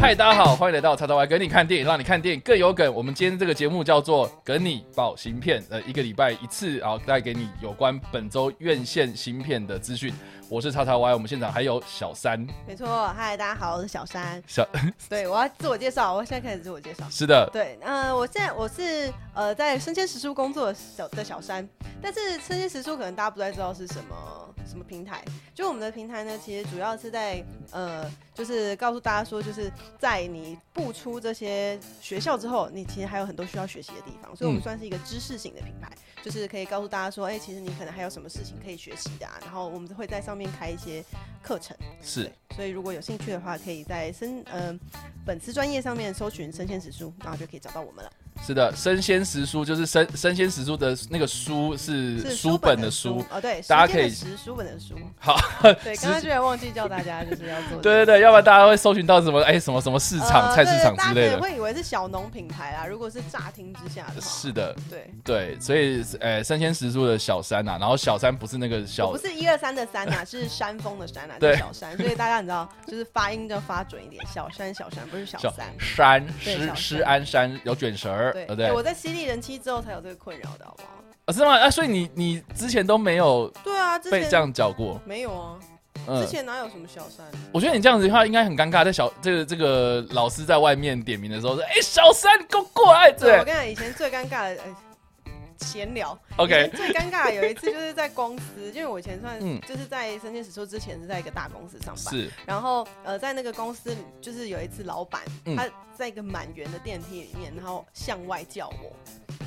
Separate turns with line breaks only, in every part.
嗨，大家好，欢迎来到叉叉 Y 跟你看电影，让你看电影更有梗。我们今天这个节目叫做“梗你保新片”，呃，一个礼拜一次，然后带给你有关本周院线新片的资讯。我是叉叉 Y，我们现场还有小三，
没错，嗨，大家好，我是小山。嗯
小
对，我要自我介绍，我现在开始自我介绍。
是的，
对，呃，我现在我是呃在生鲜食书工作的小的小山，但是生鲜食书可能大家不太知道是什么什么平台。就我们的平台呢，其实主要是在呃，就是告诉大家说，就是在你步出这些学校之后，你其实还有很多需要学习的地方，所以我们
嗯
算是一个知识型的品牌，就是可以告诉大家说，哎、其实你可能还有什么事情可以学习的、啊，然后我们会在上面开一些课程。
是
对，所以如果有兴趣的话，可以在深嗯、本次专业上面搜寻生鲜史书，然后就可以找到我们了。
是的，生鲜食书就是生生鲜食书的那个书是书本的书。
哦，对，
大家可以
时间的时书本的书。
好，
对，
时。
刚刚居然忘记叫大家就是要 做
对对对，要不然大家会搜寻到什么哎什么什么市场、
呃
菜市场之
对对大
类
家可
的。
能会以为是小农品牌啦。如果是乍听之下的话，
是的，
对，
对，所以呃生鲜食书的小三呐、然后小三不是那个
我
小
不是一二三的三呐，是山峰的山呐，
对
是小山。所以大家你知道，就是发音就发准一点，小山小山不是小三。
山
对
狮
小
狮
山
安山有卷舌儿，
对，
不
哎
对？
我在犀利人妻之后才有这个困扰的，好不好？
啊，是吗？啊，所以你你之前都没有
对啊，之
被
前
这样搅过，
没有啊，
嗯
之，前哪有什么小三？
我觉得你这样子的话应该很尴尬，在小这个这个老师在外面点名的时候说，哎，小三，你给我过来，
对，
对
我跟你讲，以前最尴尬的，呃，闲聊。以
，OK，
前最尴尬的有一次就是在公司，因为我以前算
嗯
就是在生鲜史书之前是在一个大公司上班，
是
然后呃，在那个公司就是有一次老板
嗯
他在一个满员的电梯里面，然后向外叫我。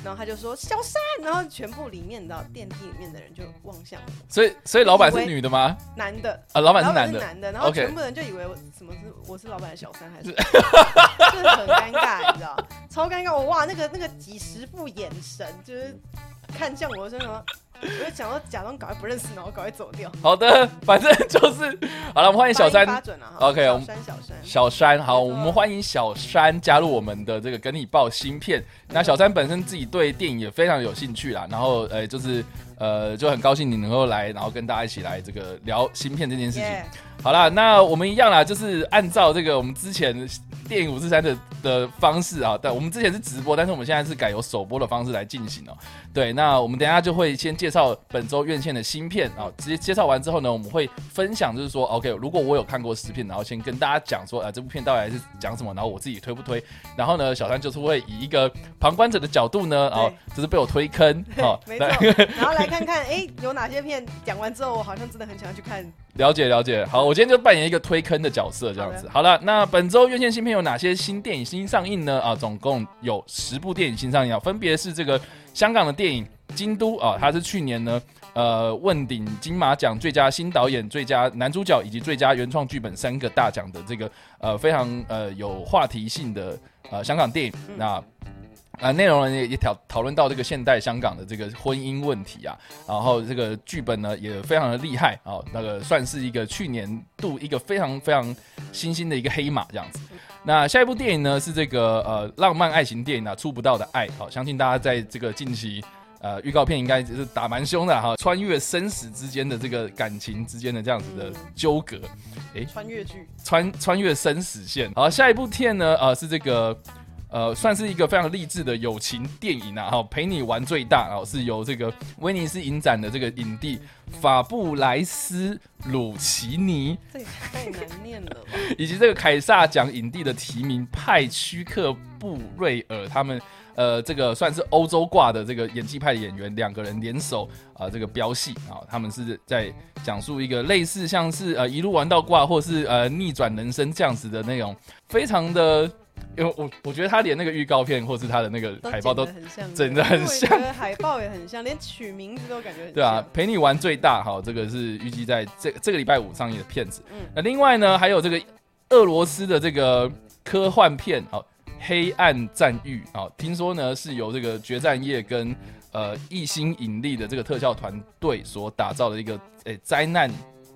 然后他就说小山，然后全部里面的电梯里面的人就望向我，
所以所以老板
以
是
为
女的吗？
男的，
啊，老板是
老板
男
是
的，
男的，然后
OK
全部人就以为我什么是我是老板的小三还是，就是很尴尬，你知道，超尴尬。我哇，那个那个几十副眼神就是看向我的时候，什我就想要假装赶快不认识，然后赶快走掉。
好的，反正就是好了，我们欢哎迎小
发
三
音发。准了哈
OK，我
小
们
山小山，
小山，好，
没
我
错
们欢迎小山加入我们的这个跟你报芯片。那小山本身自己对电影也非常有兴趣啦，然后呃，就是呃，就很高兴你能够来，然后跟大家一起来这个聊芯片这件事情。
耶，
好啦，那我们一样啦，就是按照这个我们之前电影五四三的的方式啊，但我们之前是直播，但是我们现在是改由首播的方式来进行哦。对，那我们等一下就会先介绍本周院线的新片啊，直接介绍完之后呢，我们会分享，就是说，OK，如果我有看过试片，然后先跟大家讲说，啊、这部片到底是讲什么，然后我自己推不推，然后呢，小三就是会以一个旁观者的角度呢，啊，就是被我推坑，啊，
没错
来。
然后来看看，哎，有哪些片讲完之后，我好像真的很想要去看。
了解了解，好，我今天就扮演一个推坑的角色，这样子。好了，那本周院线新片有哪些新电影新上映呢？啊，总共有十部电影新上映啊，分别是这个香港的电影《京都》啊，它是去年呢呃问鼎金马奖最佳新导演、最佳男主角以及最佳原创剧本三个大奖的这个呃非常呃有话题性的呃香港电影。
嗯
那啊，内容呢也也讨讨论到这个现代香港的这个婚姻问题啊，然后这个剧本呢也非常的厉害啊、那个算是一个去年度一个非常非常新兴的一个黑马这样子。那下一部电影呢是这个呃浪漫爱情电影啊，《触不到的爱》好、相信大家在这个近期。呃，预告片应该就是打蛮凶的啊哈、穿越生死之间的这个感情之间的这样子的
嗯
纠葛，
穿越剧，
穿穿越生死线。好，下一部片呢，呃，是这个。呃，算是一个非常励志的友情电影啊，哈、陪你玩最大啊、是由这个威尼斯影展的这个影帝法布莱斯·鲁奇尼
这也太难念了吧？
以及这个凯撒奖影帝的提名派屈克布瑞尔，他们呃，这个算是欧洲挂的这个演技派的演员，两个人联手啊、这个飙戏啊，他们是在讲述一个类似像是呃一路玩到挂，或是呃逆转人生这样子的那种，非常的，因为我我觉得他连那个预告片或是他的那个海报都
剪得很像，
整得很
因为我觉得海报也很像，连取名字都感觉很像。
对啊，陪你玩最大哈，这个是预计在这这个礼拜五上映的片子。
嗯
那另外呢，还有这个俄罗斯的这个科幻片哦，《黑暗战域》哦，听说呢是由这个《决战夜》跟呃异星引力的这个特效团队所打造的一个诶灾难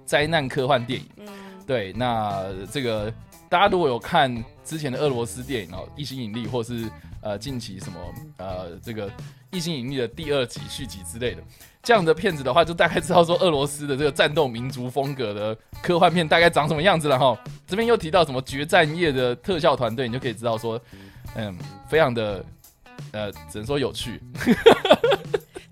灾难科幻电影。
嗯，
对，那这个。大家如果有看之前的俄罗斯电影哦，《异星引力》或是呃近期什么呃这个《异星引力》的第二集续集之类的这样的片子的话，就大概知道说俄罗斯的这个战斗民族风格的科幻片大概长什么样子了哈。这边又提到什么决战夜的特效团队，你就可以知道说，嗯，非常的呃，只能说有趣。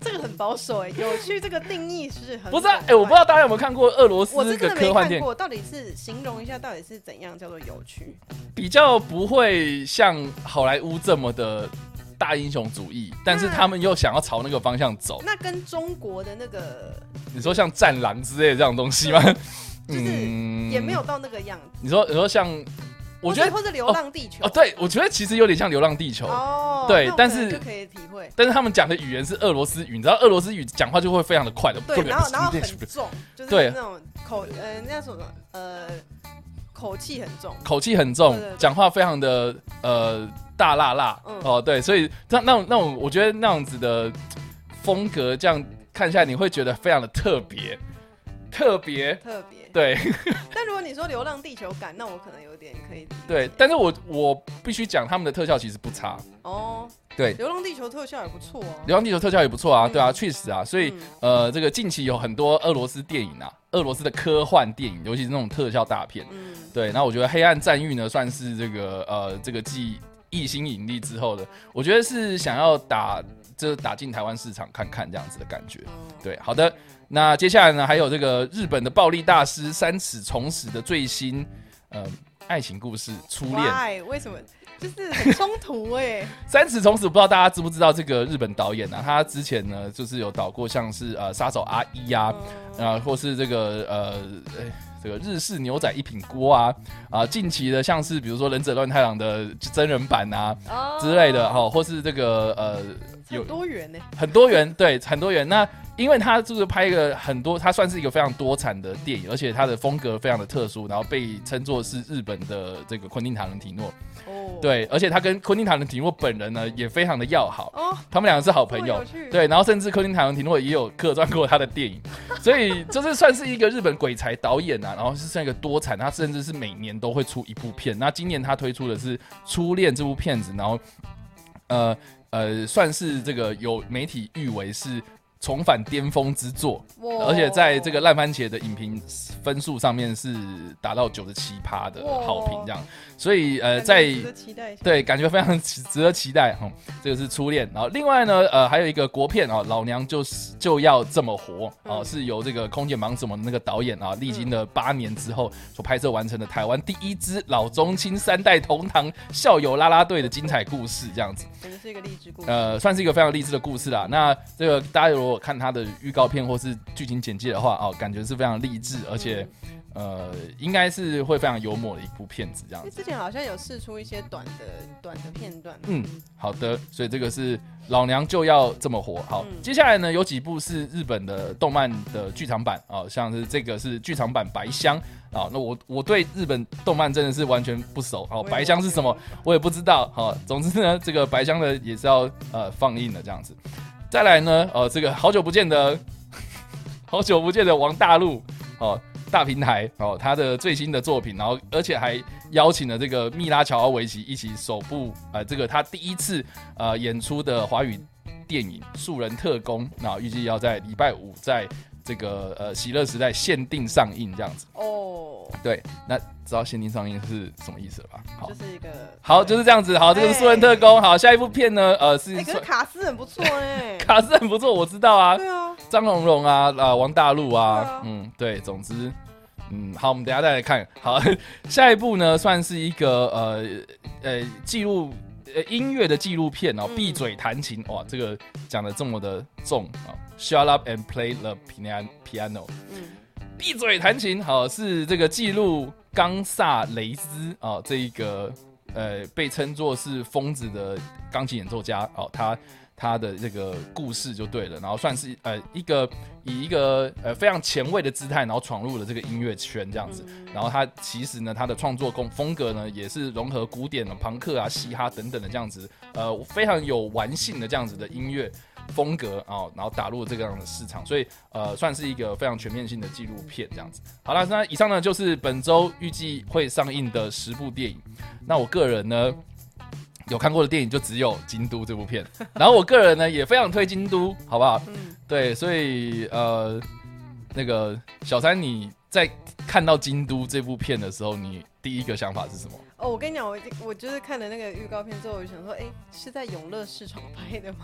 这个很保守哎、有趣这个定义是很
不是啊，哎、
广泛
我不知道大家有没有看过俄罗
我
斯
是真
的
的
科
没
幻电
看
影，
过，到底是形容一下，到底是怎样叫做有趣？
比较不会像好莱坞这么的大英雄主义，但
嗯
是他们又想要朝那个方向走。
那跟中国的那个
你说像战狼之类的这种东西吗？
就是
嗯
也没有。到那个样子，
你说你说像，我觉得
或者流浪地球
哦，对，我觉得其实有点像《流浪地球》
哦，
对
那我
但
可能
是
就可以体会
但是他们讲的语言是俄罗斯语，你知道俄罗斯语讲话就会非常的快的，
对，然后然后很重，就是
对
那种口呃那叫什么呃口气很重，
口气很重
对对对，
讲话非常的呃大辣辣、
嗯
哦，对，所以那那种那种，我觉得那样子的风格，这样看下来你会觉得非常的特别，特别，
特别。
对
但如果你说流浪地球感，那我可能有点可以理解
对，但是我我必须讲他们的特效其实不差，
哦，
对
流浪地球特效也不错哦
《流浪地球》特效也不错啊，
嗯
对啊，确实啊，所以、
嗯
呃，这个近期有很多俄罗斯电影啊，俄罗斯的科幻电影，尤其是那种特效大片，啊
嗯，
对，那我觉得《黑暗战域》呢，算是这个呃这个继《异星引力》之后的，我觉得是想要打这打进台湾市场看看这样子的感觉。
哦
对，好的，那接下来呢，还有这个日本的暴力大师三尺重史的最新呃爱情故事《初恋》。
Why？为什么就是很冲突哎？
三尺重史，不知道大家知不知道这个日本导演呢、啊？他之前呢就是有导过像是呃杀手阿一呀、啊，
嗯
啊、或是这个呃，哎这个日式牛仔一品锅啊，啊、近期的像是比如说《忍者乱太郎》的真人版啊
哦
之类的，哈、或是这个呃有
很多元欸呢。
很多元，对，很多元。那因为他就是拍一个很多，他算是一个非常多产的电影，而且他的风格非常的特殊，然后被称作是日本的这个昆汀塔伦提诺，
哦，
对，而且他跟昆汀塔伦提诺本人呢也非常的要好，
哦，
他们两个是好
这
朋
么
友
有，趣，
对，然后甚至昆汀·塔伦提诺也有客串过他的 电影，所以就是算是一个日本鬼才导演啊，然后是算一个多产，他甚至是每年都会出一部片。那今年他推出的是《初恋》这部片子，然后呃呃，算是这个有媒体誉为是重返巅峰之作，
哇，
而且在这个烂番茄的影评分数上面是达到九十七趴的好评，这样，所以呃，
感觉
在
值得期待一下，
对，感觉非常值值得期待哈、这个是初恋，然后另外呢，呃，还有一个国片啊，《老娘就是就要这么活》啊，
嗯
是由这个空姐忙什么那个导演啊，历经了八年之后所拍摄完成的台湾第一支老中青三代同堂校友啦啦队的精彩故事，这样子，
感觉是一个励志故事。
呃，算是一个非常励志的故事啦。那这个大家如果看它的预告片或是剧情简介的话，哦，感觉是非常励志，而且呃，应该是会非常幽默的一部片子这样
因
子
为。之前好像有试出一些短的短的片段，
嗯，好的，所以这个是老娘就要这么活。好，
嗯
接下来呢有几部是日本的动漫的剧场版啊、像是这个是剧场版《白香》啊、那我我对日本动漫真的是完全不熟。好、
我也
白香是什么我也不知道。好、总之呢，这个白香的也是要呃放映的这样子。再来呢，呃，这个好久不见的 好久不见的王大陆哦。大平台哦，他的最新的作品，然后而且还邀请了这个密拉乔奥维奇一起首部呃，这个他第一次呃演出的华语电影《素人特工》，那预计要在礼拜五在这个呃喜乐时代限定上映这样子。
哦，
对，那知道限定上映是什么意思了吧？好
就。是一个
好，就是这样子。好，这个是素人特工。好，下一部片呢？呃，是
哎、可是卡斯很不错 哎、
卡斯很不错，我知道啊，
对啊，
张荣荣啊，啊，王大陆
对
啊
啊，
嗯，对，总之，嗯，好，我们等一下再来看。好， 下一部呢，算是一个呃呃记录呃音乐的纪录片哦，
嗯
闭嘴弹琴，哇，这个讲的这么的重啊、Shut up and play the pian- piano，
嗯，
闭嘴弹琴，好、是这个记录冈萨雷斯啊、这一个呃被称作是疯子的钢琴演奏家哦，他他的这个故事就对了，然后算是呃一个以一个呃非常前卫的姿态，然后闯入了这个音乐圈这样子。然后他其实呢，他的创作风风格呢，也是融合古典的朋克啊、嘻哈等等的这样子，呃，非常有玩性的这样子的音乐风格哦，然后打入这个样的市场，所以呃，算是一个非常全面性的纪录片这样子。好了，那以上呢就是本周预计会上映的十部电影。那我个人呢 有看过的电影就只有《京都》这部片，然后我个人呢也非常推《京都》，好不好？
嗯，
对，所以呃，那个小三，你在看到《京都》这部片的时候，你第一个想法是什么？
哦，我跟你讲，我已经我就是看了那个预告片之后，我就想说，哎、是在永乐市场拍的吗？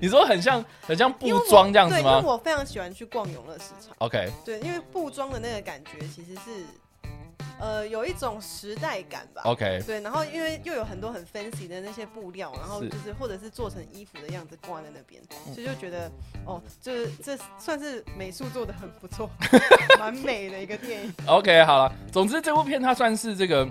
你说很像很像 布
因为我
庄这样子
对，因
吗
为我非常喜欢去逛永乐市场。
？OK，
对，因为布庄的那个感觉其实是，呃，有一种时代感吧。
OK，
对，然后因为又有很多很 fancy 的那些布料，然后
是嗯
就是或者是做成衣服的样子挂在那边，所以就觉得哦，就是这算是美术做的很不错，蛮美的一个电 影。
OK，好了，总之这部片它算是这个，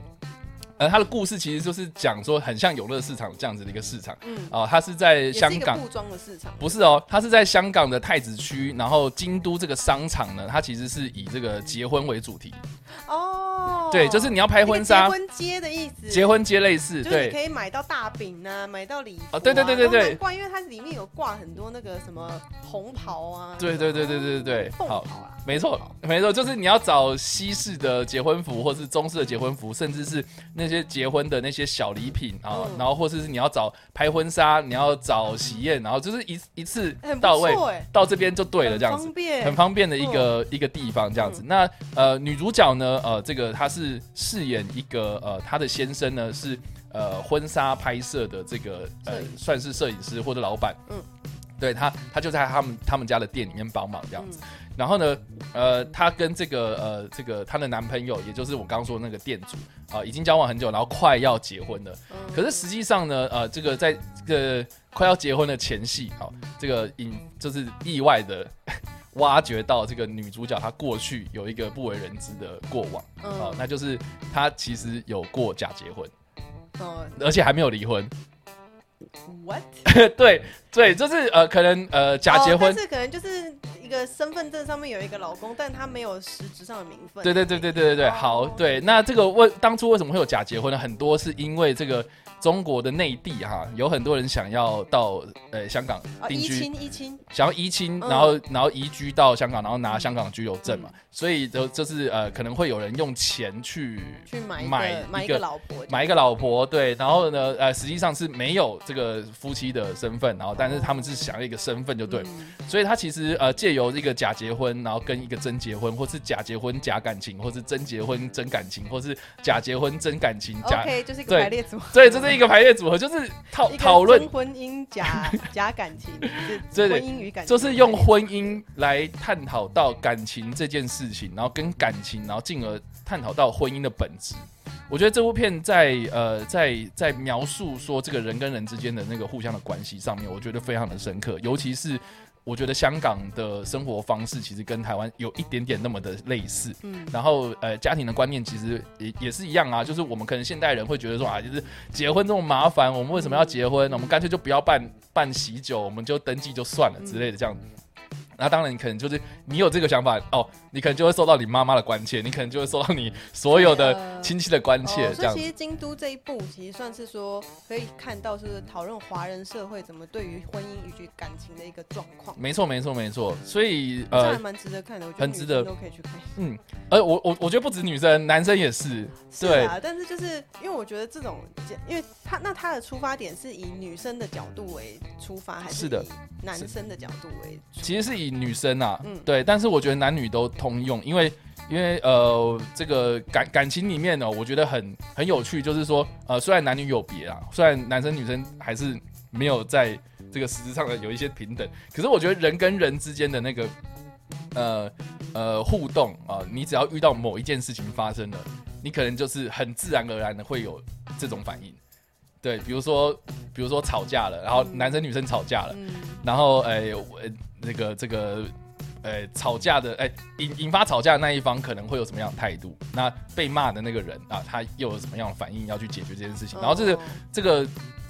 呃，它的故事其实就是讲说很像游乐市场这样子的一个市场
嗯，
啊、它是在
也
香
是一个
港。
布庄的市场。
不是哦，它是在香港的太子区，然后京都这个商场呢，它其实是以这个结婚为主题，
哦，
对，就是你要拍
一个
婚纱
结、婚街的意思。
结婚街类似，
就是
对
你可以买到大饼啊，买到礼服、啊。
哦对对对对
然后
对
难怪，因为它里面有挂很多那个什么红袍啊。
对对对对对对，
凤
好，
袍啊。
没错，没错，就是你要找西式的结婚服，或是中式的结婚服，甚至是那些结婚的那些小礼品啊，
嗯
然后或者是你要找拍婚纱，你要找喜宴，然后就是一一次
很
到
不
位，
错哎，
到这边就对了，这样
很
子
方。便，嗯
很方便的一个、一个地方，这样子。那呃，女主角呢，呃，这个她是饰演一个呃，她的先生呢是呃婚纱拍摄的这个呃
摄影，
算是摄影师或者老板，嗯
嗯，
对他，他就在他们他们家的店里面帮忙这样子。
嗯
然后呢，呃，她跟这个呃这个她的男朋友，也就是我刚刚说的那个店主啊、已经交往很久，然后快要结婚了。
嗯。
可是实际上呢，呃，这个在这个快要结婚的前夕，好、这个引就是意外的 挖掘到这个女主角她过去有一个不为人知的过往，
嗯
好、那就是她其实有过假结婚，
嗯
而且还没有离婚。
，what？
对对，就是呃，可能呃假结
哦
婚，
但是可能就是一个身份证上面有一个老公，但他没有实质上的名分。
对对对对对对对，
哦
好，对，那这个为当初为什么会有假结婚呢？很多是因为这个中国的内地哈、有很多人想要到呃香港
啊，
定
一
居，
亲一亲，
想要移亲，
嗯
然后然后移居到香港，然后拿香港居留证嘛，所以就就是呃，可能会有人用钱去
去买一
买一
个买一
个
个老婆，
买一个老婆，对，然后呢，呃，实际上是没有这个夫妻的身份，然后但是他们是想要一个身份，就对，
嗯
所以他其实呃借由一个假结婚，然后跟一个真结婚，或是假结婚假感情，或是真结婚真感情，或是假结婚真感情假，
OK，就是一个
对
排列组合。
对，这 是一个排列组合，就是讨
一个
讨论
真婚姻 假假感情，
对对
是婚姻与感情，
就是用
哦
婚姻来探讨到感情这件事情，然后跟感情，然后进而探讨到婚姻的本质。我觉得这部片在呃在在描述说这个人跟人之间的那个互相的关系上面，我觉得非常的深刻，尤其是。我觉得香港的生活方式其实跟台湾有一点点那么的类似，
嗯
然后呃家庭的观念其实也也是一样啊，就是我们可能现代人会觉得说啊，就是结婚这么麻烦，我们为什么要结婚？我们干脆就不要办办喜酒，我们就登记就算了之类的这样。那当然，你可能就是你有这个想法哦，你可能就会受到你妈妈的关切，你可能就会受到你所有的
呃
亲戚的关切，
哦
这
所以
样
其
子。
实京都这一部其实算是说可以看到，就是讨论华人社会怎么对于婚姻以及感情的一个状况，
没错，没错，没错。所以
这
呃
还，蛮值得看的，我觉得
很值得
女生都可以去 看。
呃，我我我觉得不止女生，男生也是。
是
对，
啊，但是就是因为我觉得这种，因为他那他的出发点是以女生的角度为出发，还
是
是
的
以男生的角度为出
其实是以女生啊，
嗯
对，但是我觉得男女都通用，因为因为呃，这个感感情里面呢、哦我觉得很很有趣，就是说呃，虽然男女有别啊，虽然男生女生还是没有在这个实质上的有一些平等，可是我觉得人跟人之间的那个呃呃互动啊、你只要遇到某一件事情发生了，你可能就是很自然而然的会有这种反应。对，比如说，比如说吵架了，然后男生女生吵架了，
嗯，
然后诶，我呃那个这个诶吵架的诶引引发吵架的那一方可能会有什么样的态度？那被骂的那个人啊，他又有什么样的反应要去解决这件事情？然后这个、
哦
这个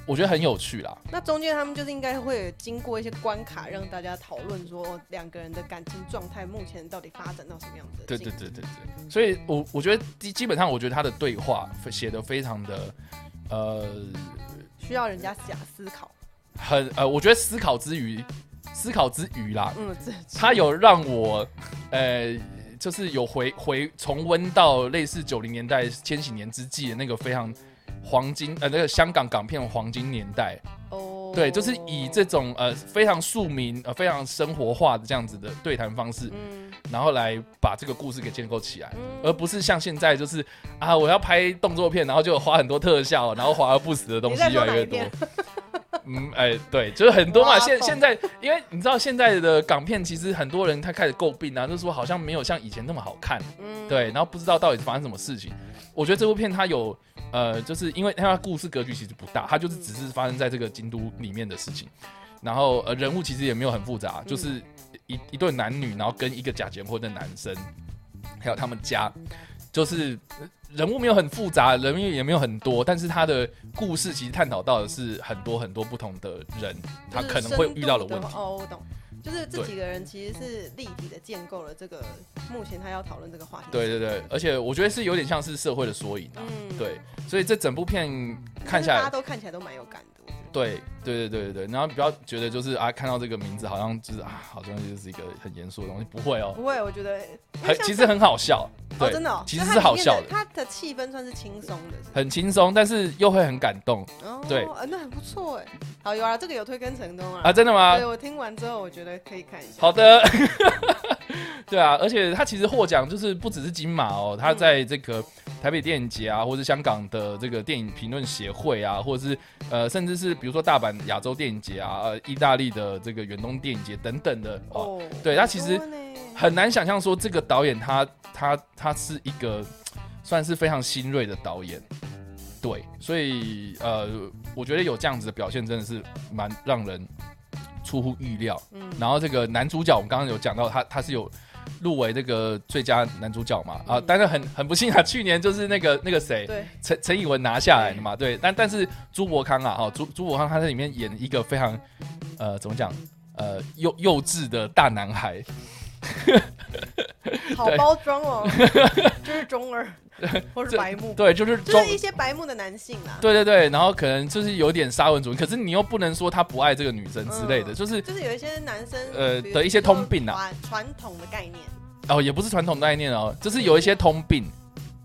我觉得很有趣啦，
那中间他们就是应该会有经过一些关卡，让大家讨论说哦两个人的感情状态目前到底发展到什么样子的
对
境
对
界。
对对对，所以我我觉得基基本上我觉得他的对话写的非常的呃
需要人家假思考。
很呃，我觉得思考之余，思考之余啦，
嗯，这
它有让我呃，就是有回回重温到类似九零年代、千禧年之际的那个非常黄金呃，那个香港港片黄金年代。
哦，
对，就是以这种呃非常庶民、呃非常生活化的这样子的对谈方式，
嗯
然后来把这个故事给建构起来，
嗯
而不是像现在就是啊，我要拍动作片，然后就花很多特效，然后华而不实的东西
你在
越
说
来
哪
越
一
多
遍。
嗯，哎、对，就是很多嘛。
哇
现
懂
现在，因为你知道现在的港片，其实很多人他开始诟病啊，就说好像没有像以前那么好看。
嗯，
对，然后不知道到底发生什么事情。我觉得这部片它有，呃，就是因为它的故事格局其实不大，它就是只是发生在这个京都里面的事情，然后呃人物其实也没有很复杂，就是一一对男女，然后跟一个假结婚的男生，还有他们家，就是呃人物没有很复杂，人物也没有很多，但是他的故事其实探讨到的是很多很多不同的人，他
就是
可能会遇到的
深度
问题。
哦，我懂。就是这
对
几个人其实是立体的建构了这个目前他要讨论这个话题。
对对对，而且我觉得是有点像是社会的缩影啊。
嗯，
对，所以这整部片看
但是
下
大家
来，
都看起来都蛮有感的，我觉得。
对对对对对对，然后不要觉得就是啊，看到这个名字好像就是啊，好像就是一个很严肃的东西，不会哦，
不会，我觉得因为
很
像
其实很好笑，
哦，
对，
真的哦，
其实
那它
是
里
好
面
笑
的
的，
它的气氛算是轻松的，是
很轻松，但是又会很感动
不是哦，
对
呃那很不错哎。好，有啊，这个有推跟成功
啊，
啊。
真的吗
对，？我听完之后，我觉得可以看一下。
好的，对啊，而且他其实获奖就是不只是金马哦，他在这个台北电影节啊，或是香港的这个电影评论协会啊，或者是呃，甚至是比如说大阪亚洲电影节啊，呃，意大利的这个远东电影节等等的哦，
哦，
对它其实
很多呢
很难想象说这个导演他他他是一个算是非常新锐的导演，对，所以呃，我觉得有这样子的表现真的是蛮让人出乎预料。
嗯
然后这个男主角，我们刚刚有讲到他他是有入围这个最佳男主角嘛啊，
嗯
但是很很不幸啊，去年就是那个那个谁，
对，
陈陈以文拿下来的嘛，对，但但是朱伯康啊，哈、朱朱伯康他在里面演一个非常呃怎么讲呃幼幼稚的大男孩，
好包 装哦，就是中二或是
这
白目，
对，就是
就
中
是一些白目的男性啦，
对对对，然后可能就是有点沙文主义，可是你又不能说他不爱这个女生之类的，
嗯
就是
就是有一些男生
呃
比如
的一些
说
通病啊
传传统的概念
哦，也不是传统概念哦，就是有一些通病，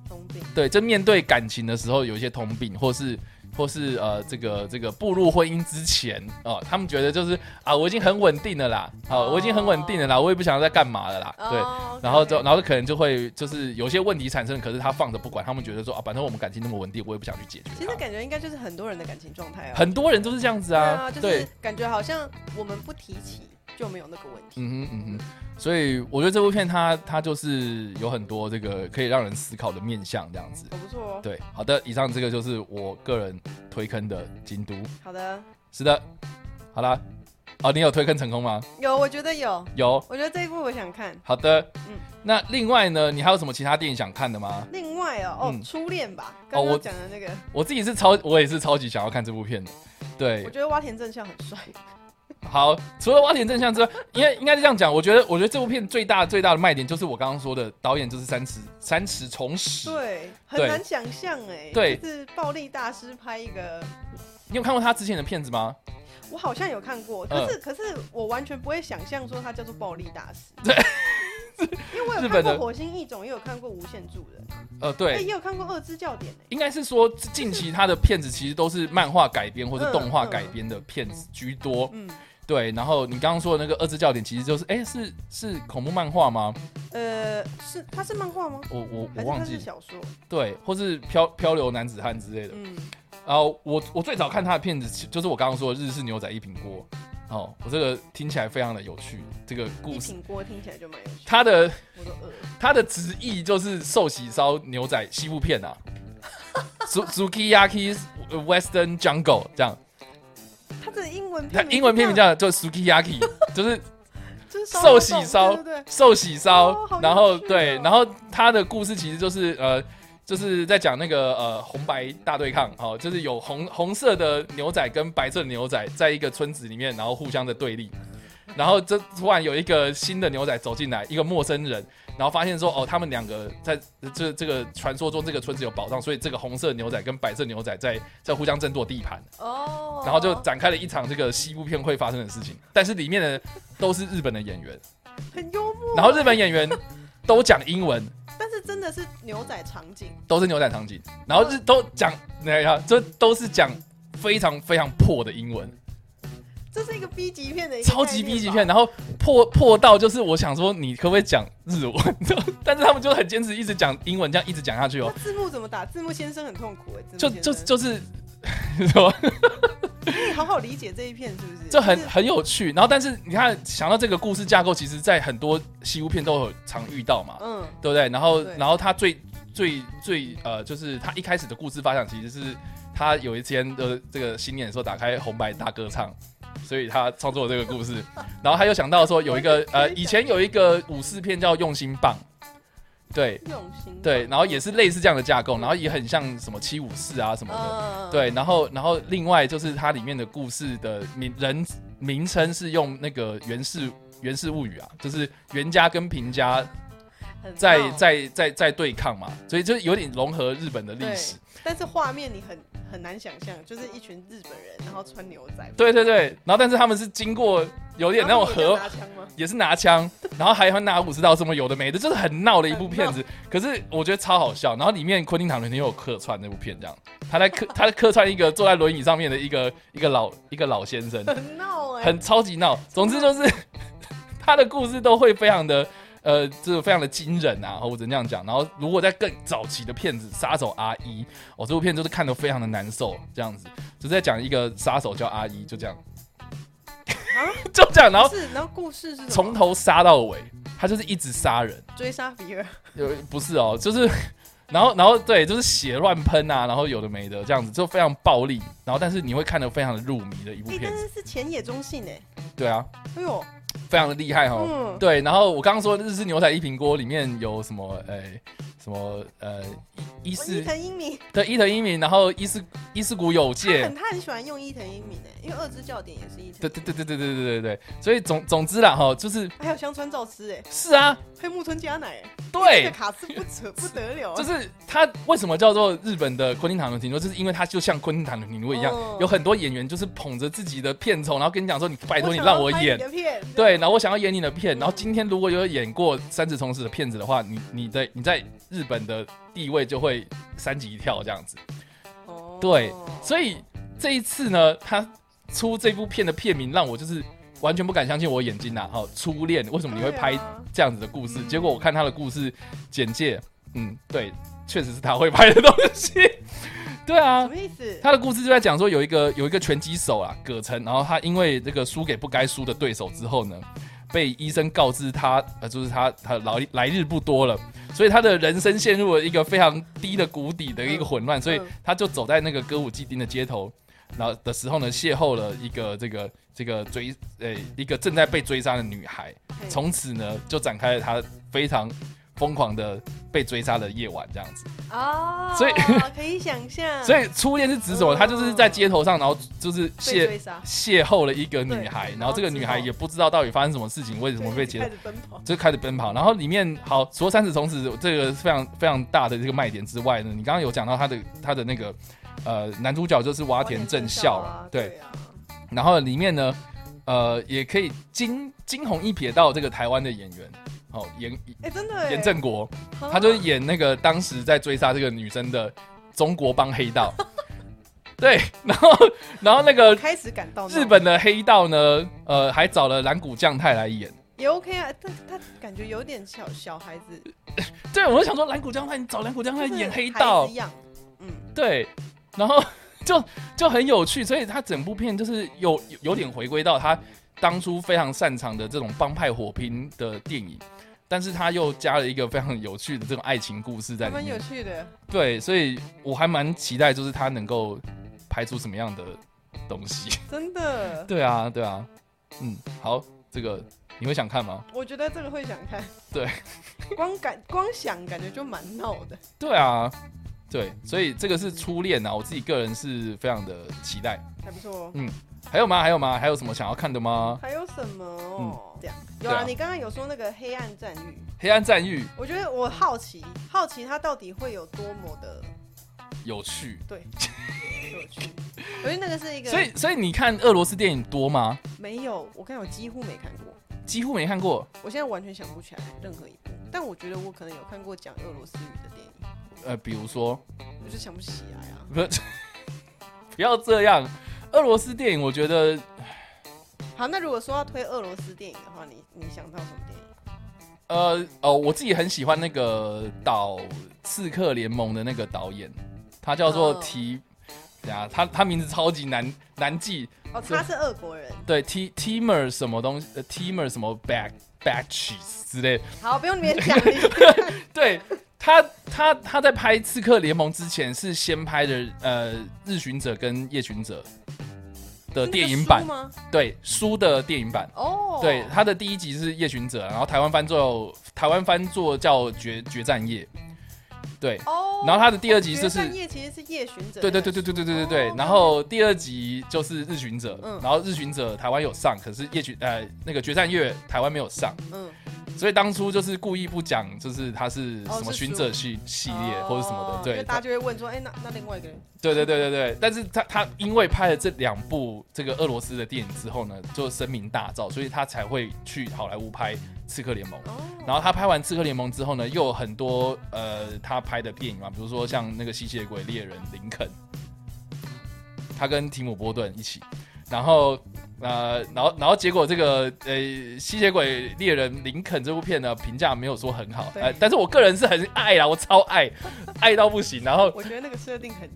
通病，
对，就面对感情的时候有一些通病，或是或是呃这个这个步入婚姻之前哦、他们觉得就是啊我已经很稳定了啦，哦我已经很稳定了啦，我也不想要再干嘛了啦，对。
哦
然后就，
OK，OK
然后可能就会就是有些问题产生，可是他放着不管，他们觉得说啊，反正我们感情那么稳定，我也不想去解决
其实
它。
感觉应该就是很多人的感情状态啊，
很多人都是这样子啊，
对啊，就
对
是，感觉好像我们不提起就没有那个问题，
嗯哼嗯哼，所以我觉得这部片它它就是有很多这个可以让人思考的面向这样子。
哦不错哦，
对，好的，以上这个就是我个人推坑的京都。
好的，
是的，好啦，哦，你有推坑成功吗？
有，我觉得有，
有，
我觉得这一部我想看，
好的。
嗯
那另外呢，你还有什么其他电影想看的吗？
另外哦，哦
嗯，
初恋吧，
哦
刚
我
刚讲的那个，
我自己是超，我也是超级想要看这部片的。对
我，觉得蛙田正孝很 帅，
好，除了挖田正向之外，应该应该是这样讲。我觉得，我觉得这部片最大最大的卖点就是我刚刚说的，导演就是三尺三尺重史。
对，很
对
难想象哎，
对
就是暴力大师拍一个。
你有看过他之前的片子吗？
我好像有看过，可
嗯
是、可是我完全不会想象说它叫做暴力大师。
对，
因为我
日
有
本
看
的
过《火星异种》，也有看过《无限住人》
呃，
哎，
对，
也有看过《恶之教典》欸
应该是说近期他的片子其实都是漫画改编或是动画改编的片子居多。
嗯，
对，然后你刚刚说的那个《二次教典》，其实就是，哎，是是恐怖漫画吗？
呃，是它是漫画吗？
我我我
还是它
忘
是
记，
小说？
对，或是漂漂流男子汉之类的。
嗯，
然后我我最早看他的片子，其就是我刚刚说的《日式牛仔一品锅》。哦，我这个听起来非常的有趣，这个故
一
事。
品锅听起来就蛮有趣。
他的
我呃都饿了。
他的直译就是寿喜烧牛仔西部片啊 ，Sukiyaki Western Jungle 这样。
它的英 文
它
片名
英文片名
就
叫就 Sukiyaki，就是
这样就是
寿
烧
喜
肉
烧
对对对，
寿喜烧，
哦好有
然后
趣哦
对，然后他的故事其实就是呃，就是在讲那个呃红白大对抗，哦，就是有红红色的牛仔跟白色的牛仔在一个村子里面，然后互相的对立，然后这突然有一个新的牛仔走进来，一个陌生人，然后发现说哦，他们两个在这这个传说中这个村子有宝藏，所以这个红色牛仔跟白色牛仔在在互相争夺地盘，
哦，
然后就展开了一场这个西部片会发生的事情，但是里面的都是日本的演员，
很幽默，
然后日本演员都讲英文，
但是真的是牛仔场景，
都是牛仔场景，然后日都讲那呀，这都是讲非常非常破的英文，
这是一个 B 级片的一个
超级
概念
B 级
吧
片，，然后破破到就是我想说你可不可以讲日文，但是他们就很坚持一直讲英文，这样一直讲下去
那
哦，
字幕怎么打？字幕先生很痛苦哎，
就
字幕先
就
生
就是什么
你 好好理解这一片是不是？
就很
是
很有趣，然后但是你看想到这个故事架构，其实在很多西部片都有常遇到嘛，
嗯
对不对？然后
对
然后他最最最呃，就是他一开始的故事发展其实是他有一天的这个新年的时候打开红白大歌唱，所以他创作了这个故 事。然后他又想到说有一个呃，以前有一个武士片叫《用心棒》，对
用心
对，然后也是类似这样的架构，然后也很像什么七武士啊什么的。
嗯
对，然后然后另外就是它里面的故事的名人名称是用那个源氏源氏物语啊，就是袁家跟平家
很
在
闹，
在在在对抗嘛，所以就是有点融合日本的历史。
但是画面你很很难想象，就是一群日本人然后穿牛仔，
对对对，然后但是他们是经过有点那种
然后你也
和
拿枪 吗？
也是拿枪，然后还还拿武士刀，什么有的没的，就是很闹的一部片子。可是我觉得超好笑。然后里面昆汀塔伦蒂诺有客串那部片，这样他在客他在客串一个坐在轮椅上面的一个一个老一个老先生，
很闹哎，
很超级闹。总之就是 他的故事都会非常的呃，就是非常的惊人啊，我只能这样讲。然后如果在更早期的片子《杀手阿一》，哦，这部片就是看得非常的难受，这样子，就是在讲一个杀手叫阿一，就这样， 就这样，然后
啊是，然后故事是什么
从头杀到尾，他就是一直杀人。
追杀 比尔，
有不是哦，就是然后然后对，就是血乱喷啊，然后有的没的这样子，就非常暴力。然后但是你会看得非常的入迷的一部
哎，
片
但
子，
是是前野中信哎，
对啊，
哎呦，
非常的厉害哦。
嗯，
对，然后我刚刚说日式牛仔一平锅里面有什么？呃、什么？呃，伊伊
哦伊
势
藤 英明，
对伊藤英明，然后伊势伊势谷友
他
介
很，他很喜欢用伊藤英明哎，因为二之教典也是伊藤
对，对对对对对对对对，所以总总之啦哈，就是
还有香川照之哎，
是啊，
还有木村佳乃哎，这
对
个，卡斯不扯不得了啊，
就是他为什么叫做日本的昆汀塔伦提诺，就是因为他就像昆汀塔伦提诺一样，
哦
有很多演员就是捧着自己的片酬，然后跟你讲说你拜托你
想
让
要
我
拍
演
你，的片，
对，然后我想要演你的片，
嗯
然后今天如果有演过三次重死的片子的话，你你的你在日本的地位就会三级跳这样子。
哦
对所以这一次呢，他出这部片的片名让我就是完全不敢相信我眼睛呐、啊！哈，初恋为什么你会拍
对啊
这样子的故事？
嗯
结果我看他的故事简介，嗯，对，确实是他会拍的东西。 对啊
什，么意思？
他的故事就在讲说，有一个有一个拳击手啊，葛城，然后他因为这个输给不该输的对手之后呢，被医生告知他呃，就是他他来来日不多了，所以他的人生陷入了一个非常低的谷底的一个混乱，所以他就走在那个歌舞伎町的街头，然后的时候呢，邂逅了一个这个这个追呃、一个正在被追杀的女孩，
嘿
从此呢就展开了他非常疯狂的被追杀的夜晚这样子。
哦，
所以
可以想象，
所以初恋是指什么？
嗯
他就是在街头上，然后就是
被
邂
追杀，
邂逅了一个女孩
对，
然后这个女孩也不知道到底发生什么事情，为什么被
对
劫
开，始奔跑？
就开始奔跑。然后里面好，除了三十从此这个非常非常大的这个卖点之外呢，你刚刚有讲到他的他的那个呃男主角就是
花
洼田正孝
啊，
对，
对啊，
然后里面呢。呃，也可以惊惊鸿一瞥到这个台湾的演员，哦，严
哎，真的耶，
严正国，
啊
他就是演那个当时在追杀这个女生的中国帮黑 道。对，然后然后那个
开始感到
日本的黑道呢，呃，还找了蓝谷将太来演。
也 OK 啊，但他感觉有点小小孩子，
对，我就想说蓝谷将太，你找蓝谷将太
就是
演黑
孩
道
子，样，嗯，
对，然后就就很有趣，所以他整部片就是有有有点回归到他当初非常擅长的这种帮派火拼的电影，但是他又加了一个非常有趣的这种爱情故事在
还
里
蛮
面
有。趣的。
对，所以我还蛮期待，就是他能够拍出什么样的东西。
真的，
对啊，对啊，嗯，好，这个你会想看吗？
我觉得这个会想看。
对，
光感光想感觉就蛮闹的。
对啊，对，所以这个是初恋啊，我自己个人是非常的期待。
还不错。哦
嗯还有吗？还有吗？还有什么想要看的吗？
还有什么哦？这样有
对
啊，
啊
你刚刚有说那个黑暗战域，
黑暗战域
我觉得我好奇，好奇它到底会有多么的
有趣，
有 趣。我觉得那个是一个，
所以所以你看俄罗斯电影多吗？
没有，我刚才我几乎没看过，
几乎没看过。
我现在完全想不起来任何一部。但我觉得我可能有看过讲俄罗斯语的电影，
呃，比如说，
我就想不起来啊。
不， 不要这样。俄罗斯电影，我觉得
好，那如果说要推俄罗斯电影的话，你你想到什么电影？
呃哦，我自己很喜欢那个导《刺客联盟》的那个导演，他叫做
哦
提，对啊，他他名字超级难难记，
哦，
这
他是俄 国人。
对 T Teamer 什么东西，呃 Teamer 什么 Back Batches 之类的，
好，不用你们讲，你
对他他他在拍《刺客联盟》之前是先拍的呃《日巡者》跟《夜巡者》 的电影版
是那个书，吗？
对书的电影版。
哦，
对，他的第一集是《夜巡者》，然后台湾翻作台湾翻作叫《决决战夜》，对，
哦，
然后他的第二集就是
决战夜其实是夜巡者，
对对对对对对对对对
哦，
然后第二集就是《日巡者》
嗯
然后《日巡者》台湾有上，可是夜巡呃那个《决战夜》台湾没有上，
嗯，
所以当初就是故意不讲，就是他是
哦
什么
是
巡
书
者系系列或者什么
哦
的，对
就大家就会问说，哎，那那另外一个人，
对对对对对，但是他他因为拍了这两部这个俄罗斯的电影之后呢，就声名大噪，所以他才会去好莱坞拍《刺客联盟》。
哦，
然后他拍完《刺客联盟》之后呢，又有很多呃他拍的电影嘛，比如说像那个吸血鬼猎人林肯，他跟提姆波顿一起，然后呃，然后然后结果这个呃吸血鬼猎人林肯这部片呢评价没有说很好，
对
呃，但是我个人是很爱啦，我超 爱，爱到不行，然后
我觉得那个设定很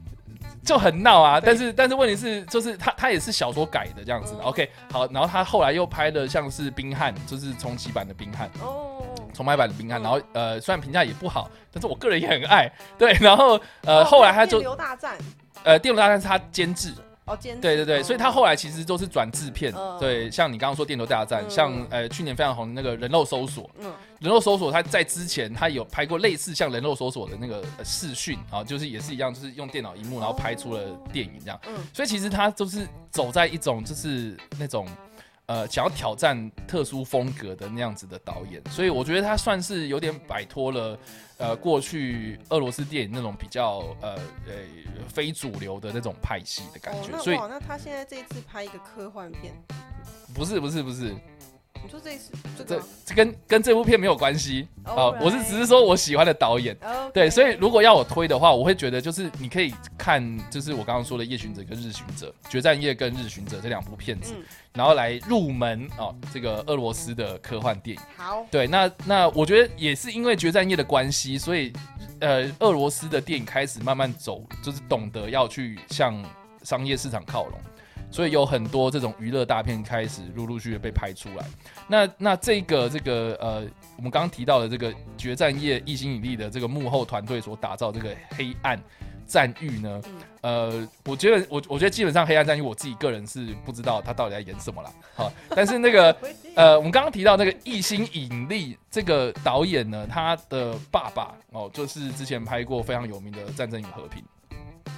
就很闹啊，
对
但是但是问题是，就是他他也是小说改的这样子、
嗯
o k 好，然后他后来又拍了像是冰汉，就是重启版的冰汉。
哦，
重拍版的冰汉，
嗯
然后呃，虽然评价也不好，但是我个人也很爱。对，然后呃，
哦
后来他
电
就
流大战，
呃，《电流大战》是他监制，
哦，监视
对对对，
哦
所以他后来其实都是转制片。
嗯
对，像你刚刚说《电流大战》，
嗯
像呃去年非常红的那个《人肉搜索》，
嗯
人肉搜索，他在之前他有拍过类似像人肉搜索的那个呃视讯啊，就是也是一样，就是用电脑荧幕然后拍出了电影这样。
嗯，
所以其实他就是走在一种就是那种呃想要挑战特殊风格的那样子的导演，所以我觉得他算是有点摆脱了呃过去俄罗斯电影那种比较呃呃非主流的那种派系的感
哦
觉，
那
所以
哇，那他现在这一次拍一个科幻片，
不是不是不是，
你说这一次这个
这
吗
这跟跟这部片没有关系啊、
Alright
我是只是说我喜欢的导演。
OK
呃对，所以如果要我推的话，我会觉得就是你可以看，就是我刚刚说的《夜巡者》跟《日巡者》，《决战夜》跟《日巡者》这两部片子，
嗯，
然后来入门哦，这个俄罗斯的科幻电影。
好，
对，那那我觉得也是因为《决战夜》的关系，所以呃，俄罗斯的电影开始慢慢走，就是懂得要去向商业市场靠拢，所以有很多这种娱乐大片开始陆陆续续被拍出来。那那这个这个呃，我们刚刚提到的这个《决战夜》一心一力的这个幕后团队所打造这个黑暗。战域呢？呃，我觉得我我觉得基本上黑暗战域，我自己个人是不知道他到底在演什么啦。好，但是那个
回去
呃，我们刚刚提到那个《一心引力》这个导演呢，他的爸爸哦，就是之前拍过非常有名的《战争与和平》，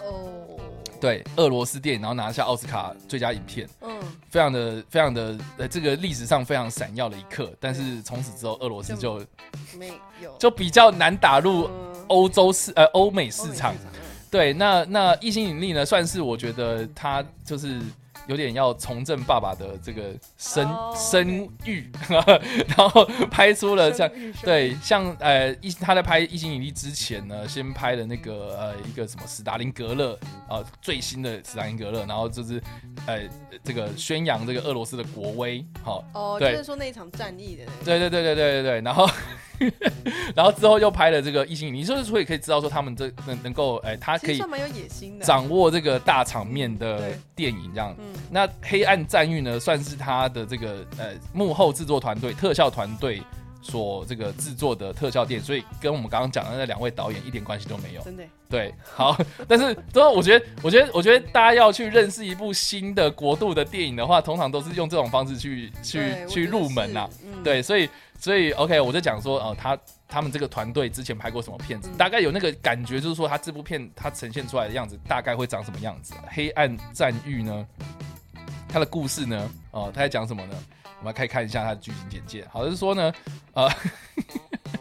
哦，，
对，俄罗斯电影，然后拿下奥斯卡最佳影片，
嗯，
非常的非常的呃，这个历史上非常闪耀的一刻。但是从此之后，俄罗斯
哦
就
没有，
就比较难打入
嗯
欧洲市呃欧美
欧
市
美嗯
场。对，那那《一心引力》呢，算是我觉得他就是有点要重振爸爸的这个声
哦
声誉， 然后拍出了 像
生育生
对像呃一他在拍《一心引力》之前呢，先拍的那个呃一个什么斯大林格勒啊、呃最新的斯大林格勒，然后就是呃这个宣扬这个俄罗斯的国威，好、
哦，就
对
是说那一场战役的那个，
对对对对对对对，然后 然后之后又拍了这个《异星引力》，就是所以可以知道说他们这能能够哎、他可
其实
以
算蛮有野 心的，
掌握这个大场面的
对
电影这样。
嗯
那《黑暗战域》呢，算是他的这个呃幕后制作团队、特效团队所这个制作的特效电影，所以跟我们刚刚讲的那两位导演一点关系都没有。
真的耶，
对，好， 但是都我觉得，我觉得，我觉得大家要去认识一部新的国度的电影的话，通常都是用这种方式去去
对
去入门啊呐、，
我觉得是嗯，
对，所以所以 OK，我就讲说，呃，他他们这个团队之前拍过什么片子，
嗯
大概有那个感觉，就是说他这部片它呈现出来的样子啊大概会长什么样子。黑暗战域呢，它的故事呢，哦、呃，他在讲什么呢？我们来看看一下它的剧情简介。好，就是说呢，呃，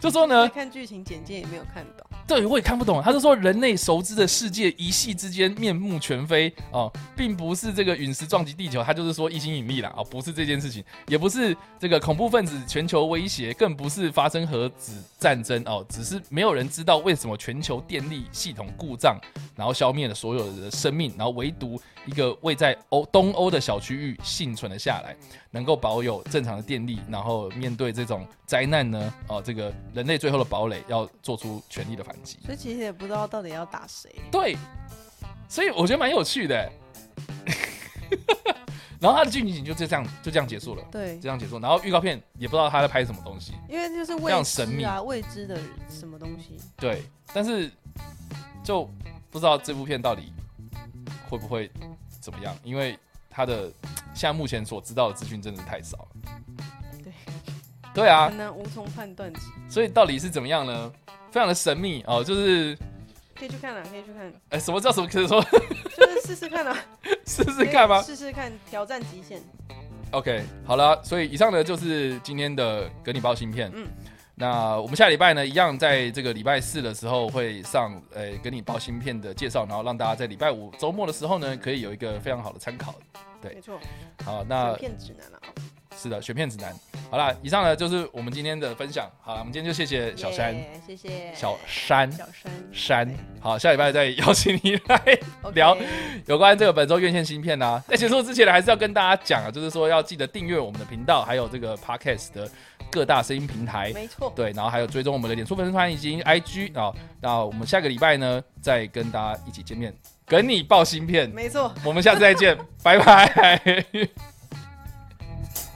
就说呢，
看剧情简介也没有看懂。
对，我也看不懂。他是说人类熟知的世界一夕之间面目全非哦，并不是这个陨石撞击地球，他就是说一心隐秘啦哦，不是这件事情，也不是这个恐怖分子全球威胁，更不是发生核子战争哦，只是没有人知道为什么全球电力系统故障，然后消灭了所有的生命，然后唯独一个位在欧东欧的小区域幸存了下来，能够保有正常的电力，然后面对这种灾难呢，哦，这个人类最后的堡垒要做出全力的反击。
所以其实也不知道到底要打谁。
对，所以我觉得蛮有趣的欸。 然后他的剧情就这样就这样结束了，
对
就，这样结束。然后预告片也不知道他在拍什么东西，
因为就是
非
未
常神
知
秘
啊，未知的什么东西。
对，但是就不知道这部片到底会不会怎么样，因为他的现在目前所知道的资讯真的是太少了。
对，
对啊
很，难无从判断起，
所以到底是怎么样呢？非常的神秘哦，就是
可以去看啦，啊可以去 看，
哎，什么叫什么？可以说
就是试试看啦，
试 试看吗
可以？试试看，挑战极限。
OK，好了，所以以上呢就是今天的格里包芯片。嗯
嗯，
那我们下礼拜呢一样在这个礼拜四的时候会上呃格里包芯片的介绍，然后让大家在礼拜五周末的时候呢可以有一个非常好的参考。对啊
没错，
好，
选
那
片指南啊了，
是的，选片指南。好了，以上呢就是我们今天的分享。好了，我们今天就谢谢小山
耶谢谢
小山
小山
山。好，下礼拜再邀请你来。聊有关这个本周院线芯片呢、在结束之前呢，还是要跟大家讲啊，就是说要记得订阅我们的频道，还有这个 podcast 的各大声音平台。
没错，
对，然后还有追踪我们的脸书粉丝团以及 IG 啊、那我们下个礼拜呢，再跟大家一起见面，跟你报芯片。
没错。
我们下次再见，拜拜。